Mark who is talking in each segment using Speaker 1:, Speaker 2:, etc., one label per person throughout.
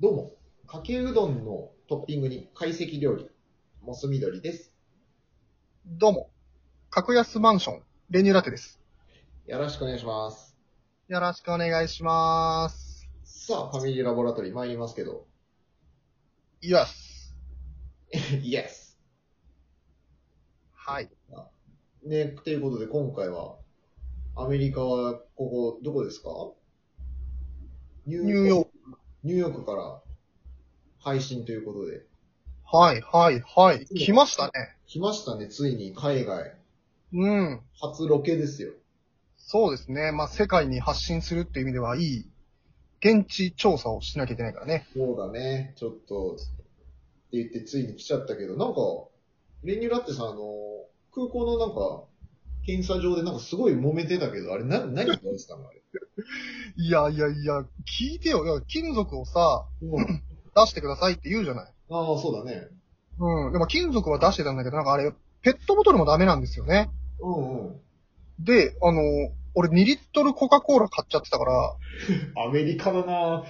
Speaker 1: どうも、かけうどんのトッピングに懐石料理、モス緑です。
Speaker 2: どうも。格安マンション、レニューラテです。
Speaker 1: よろしくお願いします。
Speaker 2: よろしくお願いします。
Speaker 1: さあ、ファミリーラボラトリー参りますけど、
Speaker 2: イエス。
Speaker 1: イエス
Speaker 2: はい。
Speaker 1: ね、ということで今回は、アメリカは、ここ、どこですかニ
Speaker 2: ニューヨ
Speaker 1: ク。
Speaker 2: ーク。
Speaker 1: ニューヨークから配信ということで、
Speaker 2: はい、はい、はい。来ましたね。
Speaker 1: 来ましたね、ついに海外、
Speaker 2: うん。
Speaker 1: 初ロケですよ。
Speaker 2: そうですね。まあ、世界に発信するっていう意味では、いい、現地調査をしなきゃいけないからね。
Speaker 1: そうだね、ちょっと、って言ってついに来ちゃったけど、なんか、レニューラッテさん、あの、空港のなんか、検査場でなんかすごい揉めてたけど、あれ、な、何が落ちたのあれ。
Speaker 2: いやいやいや、聞いてよ。いや金属をさ、
Speaker 1: うん。
Speaker 2: 出してくださいって言うじゃない。
Speaker 1: ああ、そうだね。
Speaker 2: うん。でも金属は出してたんだけど、なんかあれ、ペットボトルもダメなんですよね。
Speaker 1: うんうん。
Speaker 2: で、あの、俺2リットルコカ・コーラ買っちゃってたから、
Speaker 1: アメリカだな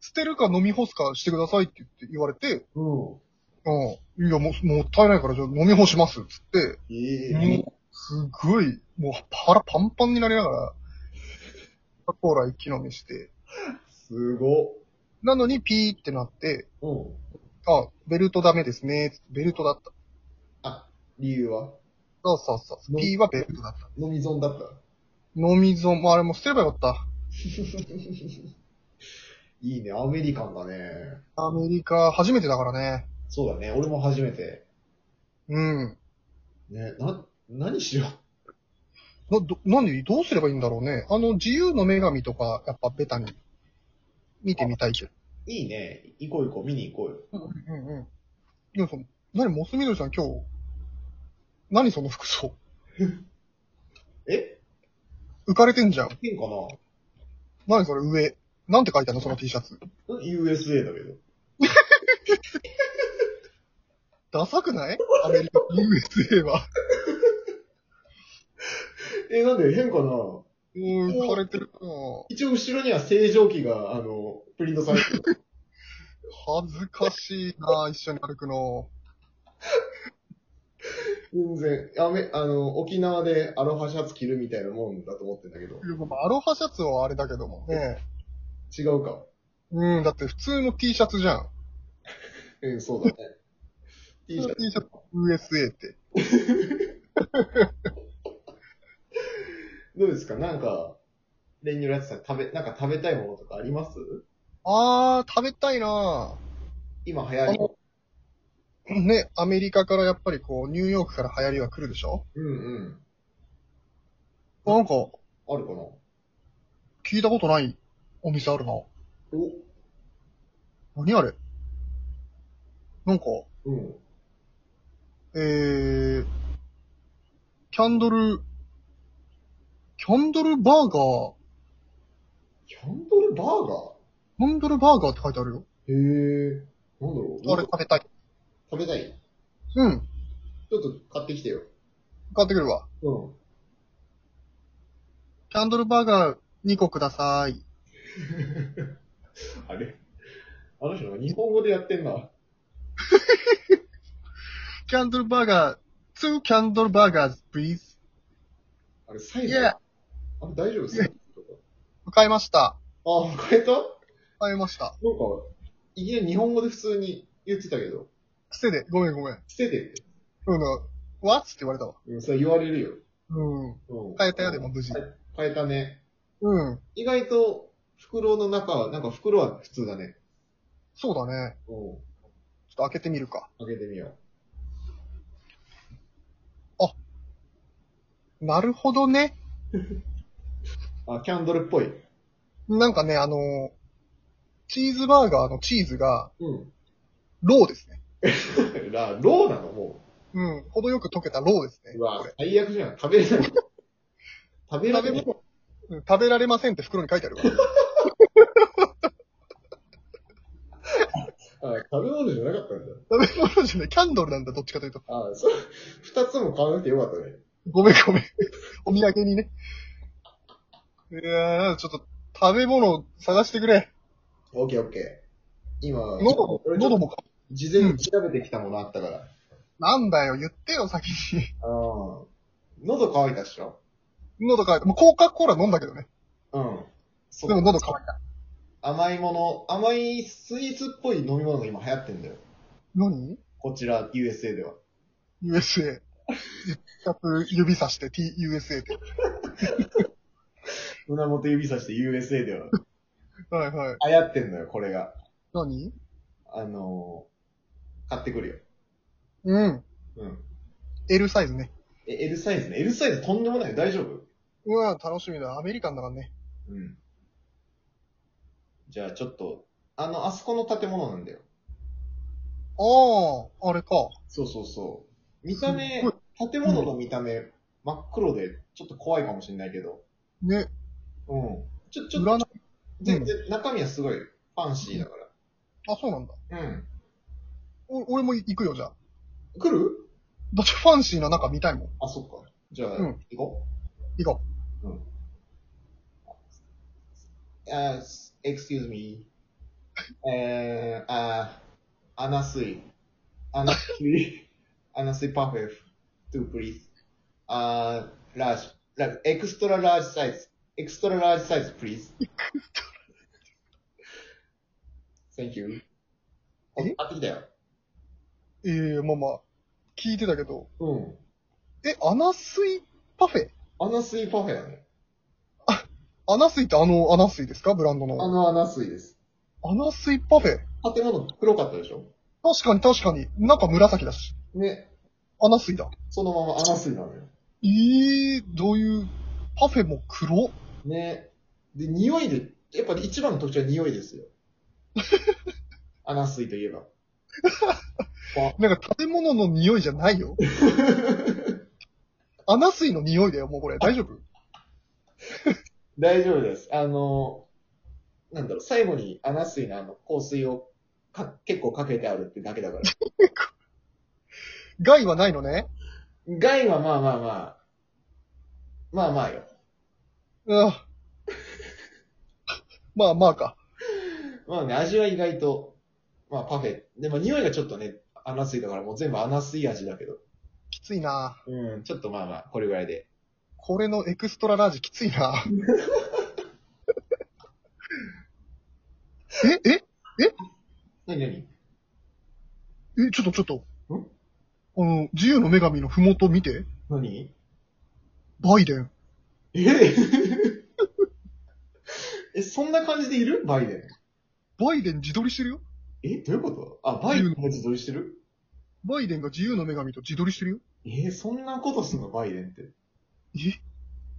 Speaker 2: 捨てるか飲み干すかしてくださいって言って言われて、
Speaker 1: うん。
Speaker 2: うん。いや、もう、もったいないから、じゃあ飲み干しますっつって、
Speaker 1: ええ
Speaker 2: もう、すごい、もう腹パンパンになりながら、コカ・コーラ一気飲みして、
Speaker 1: すご。
Speaker 2: なのにピーってなって、
Speaker 1: うん。
Speaker 2: あ、ベルトダメですね、ベルトだった。
Speaker 1: あ、理由は
Speaker 2: そうそうそう。
Speaker 1: 飲み
Speaker 2: P はベルトだった。
Speaker 1: 飲み損だった。
Speaker 2: 飲み損、まあ、あれも捨てればよかっ
Speaker 1: いいね、アメリカンだね。
Speaker 2: た。アメリカ、初めてだからね。
Speaker 1: そうだね、俺も初めて。
Speaker 2: うん。
Speaker 1: ね、な、何しよう。
Speaker 2: な、ど、なんで、どうすればいいんだろうね。あの、自由の女神とか、やっぱベタに、見てみたいけど。
Speaker 1: いいね。行こう行こう、見に行こうよ。
Speaker 2: うんうん。でもその、何、モスみどりさん今日、何その服装
Speaker 1: え
Speaker 2: 浮かれてんじゃん。
Speaker 1: いけんかな
Speaker 2: 何それ上。なんて書いてあるのその T シャツ。
Speaker 1: ん ?USA だけど。
Speaker 2: ダサくないアメリカ、USA は。
Speaker 1: え、なんで変かな
Speaker 2: うん、浮かれてるなぁ
Speaker 1: 一応後ろには正常期が、あの、プリントされてる。
Speaker 2: 恥ずかしいなぁ一緒に歩くの。
Speaker 1: 全然、あめ、あの、沖縄でアロハシャツ着るみたいなもんだと思ってんだけど。
Speaker 2: いやまあアロハシャツはあれだけどもね。
Speaker 1: 違うか。
Speaker 2: うん、だって普通の T シャツじゃん。
Speaker 1: うん、そうだね。T シャツ。
Speaker 2: T シャツ USA って。
Speaker 1: どうですかなんか、レンニュラッツさん食べ、なんか食べたいものとかあります
Speaker 2: あー、食べたいなぁ
Speaker 1: 今流行り。
Speaker 2: ね、アメリカからやっぱりこう、ニューヨークから流行りは来るでしょ
Speaker 1: うんうん。
Speaker 2: なんか、
Speaker 1: あるかな
Speaker 2: 聞いたことないお店あるな。
Speaker 1: お
Speaker 2: 何あれなんか、
Speaker 1: うん。
Speaker 2: えー、キャンドル、キャンドルバーガー、
Speaker 1: キャンドルバーガ
Speaker 2: キャンドルバーガーって書いてあるよ。
Speaker 1: ーへえ。なんだろう
Speaker 2: あれ食べたい。
Speaker 1: 食べたい
Speaker 2: うん。
Speaker 1: ちょっと買ってきてよ。
Speaker 2: 買ってくるわ。
Speaker 1: うん。
Speaker 2: キャンドルバーガー2個ください。
Speaker 1: あれあの人は日本語でやってんな。
Speaker 2: キャンドルバーガー、2キャンドルバーガーズ、please。
Speaker 1: あれ、サイ
Speaker 2: い
Speaker 1: ズ
Speaker 2: や、
Speaker 1: あれ、大丈夫ですか
Speaker 2: 買いました。
Speaker 1: あ、変えたなんか、
Speaker 2: 買いました。
Speaker 1: いきなり日本語で普通に言ってたけど、
Speaker 2: 癖で、ごめんごめん。
Speaker 1: 捨ててって。
Speaker 2: うん、わっつって言われたわ。
Speaker 1: うん、それ言われるよ。
Speaker 2: うん。
Speaker 1: うん。
Speaker 2: 変えたよ、でも無事。
Speaker 1: 変えたね。
Speaker 2: うん。
Speaker 1: 意外と、袋の中は、なんか袋は普通だね。
Speaker 2: そうだね。
Speaker 1: うん。
Speaker 2: ちょっと開けてみるか。
Speaker 1: 開けてみよ
Speaker 2: なるほどね。
Speaker 1: う。あ、キャンドルっぽい。
Speaker 2: なんかね、あのーチーズバーガーのチーズが、
Speaker 1: うん。
Speaker 2: ローですね。
Speaker 1: ラ、ローなのも
Speaker 2: うん。程よく溶けたローですね。
Speaker 1: う。うわ
Speaker 2: これ、
Speaker 1: 最悪じゃん。食べれ ない。食べられない。
Speaker 2: 食うん食べられませんって袋に書いてあるわ。
Speaker 1: あ食べ物じゃなかったんだ。
Speaker 2: 食べ物じゃない、キャンドルなんだ、どっちかというと。
Speaker 1: あそう。二つも買わなくてよかったね。
Speaker 2: ごめんごめん。 お土産にね。いやー、ちょっと、食べ物探してくれ。
Speaker 1: オッケーオッケー。今、
Speaker 2: 喉も、
Speaker 1: 俺ちょっと
Speaker 2: 喉もか、
Speaker 1: 事前に調べてきたものあったから。
Speaker 2: なんだよ、言ってよ、先に。
Speaker 1: うん。喉乾いたっしょ
Speaker 2: 喉乾いた。もうコーカ・コーラ飲んだけどね。
Speaker 1: うん。そ
Speaker 2: で
Speaker 1: う
Speaker 2: も喉乾いた。
Speaker 1: 甘いもの、甘いスイーツっぽい飲み物が今流行ってんだよ。
Speaker 2: 何
Speaker 1: こちら、USA では。
Speaker 2: ?USA。一つ指さして TUSA って。
Speaker 1: 胸元指さして USA では。
Speaker 2: はいはい。
Speaker 1: 流行ってんのよ、これが。
Speaker 2: 何
Speaker 1: あのー、買ってくるよ。
Speaker 2: うん。
Speaker 1: うん。
Speaker 2: L サイズね。
Speaker 1: え、L サイズね。L サイズとんでもない。大丈夫
Speaker 2: うわ、楽しみだ。アメリカンだからね。
Speaker 1: うん。じゃあ、ちょっと、あの、あそこの建物なんだよ。
Speaker 2: ああ、あれか。
Speaker 1: そうそうそう。見た目
Speaker 2: すっ、
Speaker 1: 建物の見た目、真っ黒で、ちょっと怖いかもしれないけど。
Speaker 2: ね、
Speaker 1: うん。ちょ、ちょっと
Speaker 2: 占い。
Speaker 1: 全然、中身はすごいファンシーだか
Speaker 2: あ、そうなんだ。
Speaker 1: ら。うん。
Speaker 2: お俺も行くよ、じゃあ。
Speaker 1: 来る
Speaker 2: だってファンシーな中見たいもん。
Speaker 1: あ、そっか。じゃあ、
Speaker 2: うん
Speaker 1: 行こ
Speaker 2: 行こ
Speaker 1: う。あ、s- excuse me. えー、あ、アナスイ。アナスイ。アナスイパフェフ。two please. あ、ラージ。ラージ。エクストララージサイズ。エクストララージサイズ please. Thank you. あ、
Speaker 2: え
Speaker 1: 買ってきたよ。
Speaker 2: う。ええまあまあ、聞いてたけど。
Speaker 1: うん。
Speaker 2: え、アナスイパフェ
Speaker 1: アナスイパフェやね。
Speaker 2: アナスイってあのアナスイですかブランド
Speaker 1: あ
Speaker 2: の。
Speaker 1: のアナスイです。
Speaker 2: アナスイパフェ
Speaker 1: 建物黒かったでしょ
Speaker 2: 確かに確かに。なんか紫だし。
Speaker 1: ね、
Speaker 2: アナスイだ。
Speaker 1: そのままアナスイなのよ。
Speaker 2: ええどういう、パフェも黒
Speaker 1: ね。で、匂いで、やっぱり一番の特徴は匂いですよ。アナスイといえば。
Speaker 2: なんか建物の匂いじゃな いよ。アナスイの匂いだよ、もうこれ。大丈夫
Speaker 1: 大丈夫です。あの、なんだろう、最後にアナスイのあの、香水をか結構かけてあるってだけだから。
Speaker 2: 害はないのね。
Speaker 1: 害はまあまあまあ、まあまあよ。
Speaker 2: うん。 まあまあか。
Speaker 1: まあね、味は意外と、まあパフェ。でも匂いがちょっとね、アナスイだからもう全部アナスイ味だけど。
Speaker 2: きついな
Speaker 1: うん、ちょっとまあまあ、これぐらいで。
Speaker 2: これのエクストララージきついな え、え、
Speaker 1: 何何
Speaker 2: え、ちょっとちょっと。
Speaker 1: ん
Speaker 2: あの、自由の女神のふもと見て。
Speaker 1: 何
Speaker 2: バイデン。
Speaker 1: え え、そんな感じでいるバイデン。
Speaker 2: バイデン自撮りしてるよ。
Speaker 1: え、どういうことあ、バイデンが自撮りしてる
Speaker 2: バイデンが自由の女神と自撮りしてるよ。
Speaker 1: えそんなことすんのバイデンって。
Speaker 2: え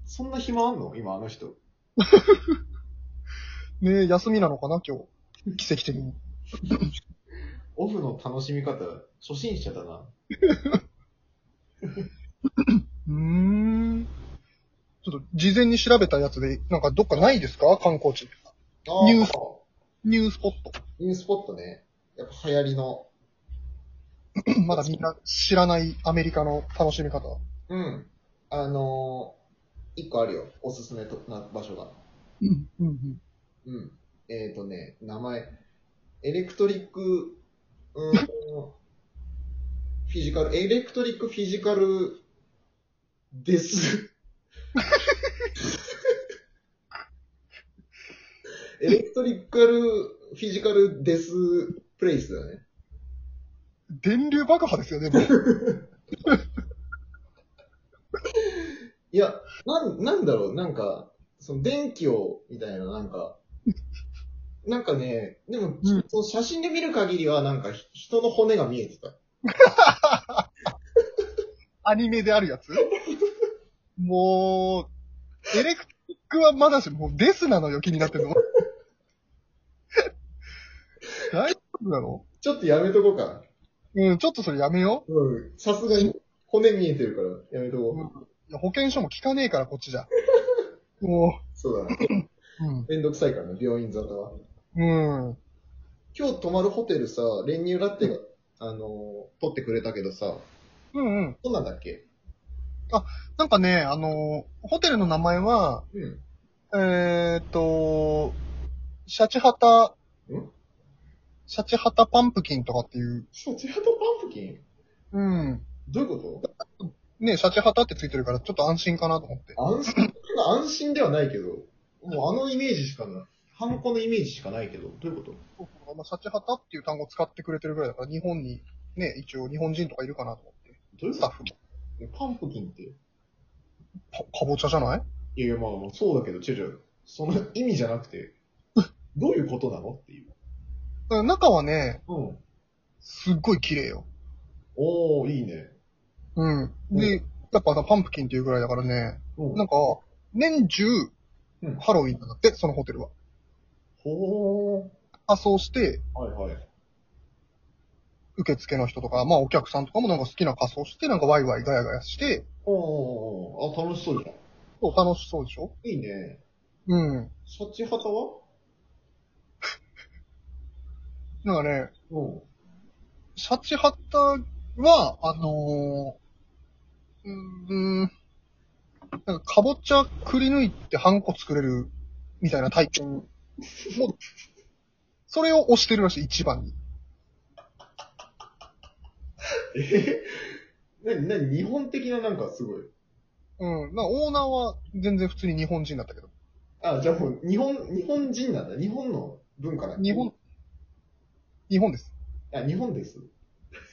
Speaker 1: そんな暇あんの今あの人。
Speaker 2: ねえ、休みなのかな、今日。奇跡的に。
Speaker 1: オフの楽しみ方、初心者だな。
Speaker 2: うーん。ちょっと、事前に調べたやつで、なんかどっかないですか観光地。
Speaker 1: あ
Speaker 2: ニュース
Speaker 1: ス。
Speaker 2: ニュースポット。
Speaker 1: ニュースポットね。やっぱ流行りの。
Speaker 2: まだみんな知らないアメリカの楽しみ方。
Speaker 1: うん。あのー、一個あるよ。おすすめとな場所が。
Speaker 2: うん。うんうん。
Speaker 1: うん。えっ、ー、とね、名前、エレクトリック、うーん、フィジカル、エレクトリックフィジカルです。エレクトリックフィジカルデスプレイスだね。
Speaker 2: 電流爆破ですよね、もう。
Speaker 1: いや、なん、なんだろう、なんか、その電気を、みたいな、なんか、なんかね、でも、
Speaker 2: うん
Speaker 1: その写真で見る限りは、なんか、ひ人の骨が見えてた。
Speaker 2: アニメであるやつもう、エレクトリックはまだし、もうデスなのよ、気になってるの。 大丈夫なの
Speaker 1: ちょっとやめとこうか。
Speaker 2: うん、ちょっとそれやめよ
Speaker 1: うん。さすがに骨見えてるから、やめとこう。
Speaker 2: うんう。いや保険証も効かねえから、こっちじゃ。も
Speaker 1: そうだな。
Speaker 2: う、
Speaker 1: めんどくさいからね、病院沙汰は。
Speaker 2: うん。うん。
Speaker 1: 今日泊まるホテルさ、練乳ラテが、あのー取ってくれたけどさ、
Speaker 2: うんうん。
Speaker 1: どうなんだっけ
Speaker 2: なんかね、あのー、ホテルの名前は、
Speaker 1: うん。
Speaker 2: えーっと、シャチハタシャチハタパンプキンとかっていう。
Speaker 1: シャチハタパンプキン
Speaker 2: うん。
Speaker 1: どういうこと
Speaker 2: ね、シャチハタってついてるからちょっと安心かなと思って。
Speaker 1: 安心、安心ではないけど、もうあのイメージしかない。ハンコのイメージしかないけど、どういうこと
Speaker 2: まあ、シャチハタっていう単語使ってくれてるぐらいだから、日本に、ね、一応日本人とかいるかなと思って。
Speaker 1: どういう
Speaker 2: スタ
Speaker 1: こ
Speaker 2: ッフ
Speaker 1: とパンプキンって。い
Speaker 2: も。かかぼちゃじゃない
Speaker 1: やいや、まあまあ、そうだけど、ちょちょ、その意味じゃなくて、どういうことなのっていう。
Speaker 2: うん中はね、
Speaker 1: うん。
Speaker 2: すっごい綺麗よ。
Speaker 1: おー、いいね。
Speaker 2: うん。で、やっぱパンプキンっていうぐらいだからね、
Speaker 1: うん。
Speaker 2: なんか、年中
Speaker 1: うん、
Speaker 2: ハロウィンなんだって、そのホテルは。
Speaker 1: ほー。
Speaker 2: 仮装して、
Speaker 1: はいはい。
Speaker 2: 受付の人とか、まあお客さんとかもなんか好きな仮装して、なんかワイワイガヤガヤして、
Speaker 1: おー、あ、楽しそうじゃん。
Speaker 2: そう楽しそうでしょ
Speaker 1: いいね。
Speaker 2: うん。
Speaker 1: シャチハタは
Speaker 2: なんかね、
Speaker 1: うん。
Speaker 2: シャチハタは、あのー、うーん、なんか、かぼちゃくり抜いてハンコ作れるみたいな体験も、 それを推してるらしい、一番に。
Speaker 1: え なになに日本的ななんかすごい。
Speaker 2: うん。なんかオーナーは全然普通に日本人だったけど。
Speaker 1: あ、じゃあもう日本、日本人なんだ。日本の文化なんだ。
Speaker 2: 日本、日本です。
Speaker 1: あ、日本です。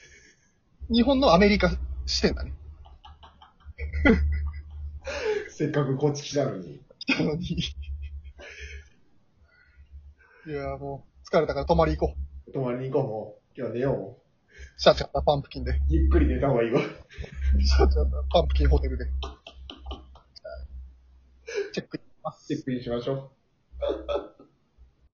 Speaker 2: 日本のアメリカ視点だね。
Speaker 1: せっかくこっち来たのに。
Speaker 2: なのに。いやーもう、疲れたから泊まり行こう。
Speaker 1: 泊まりに行こうもう。今日は寝ようも
Speaker 2: シャチハタパンプキンで。
Speaker 1: う。ゆっくり寝た方がいいわ。
Speaker 2: パンプキンホテルで。チェックいきます。
Speaker 1: チェックインしましょう。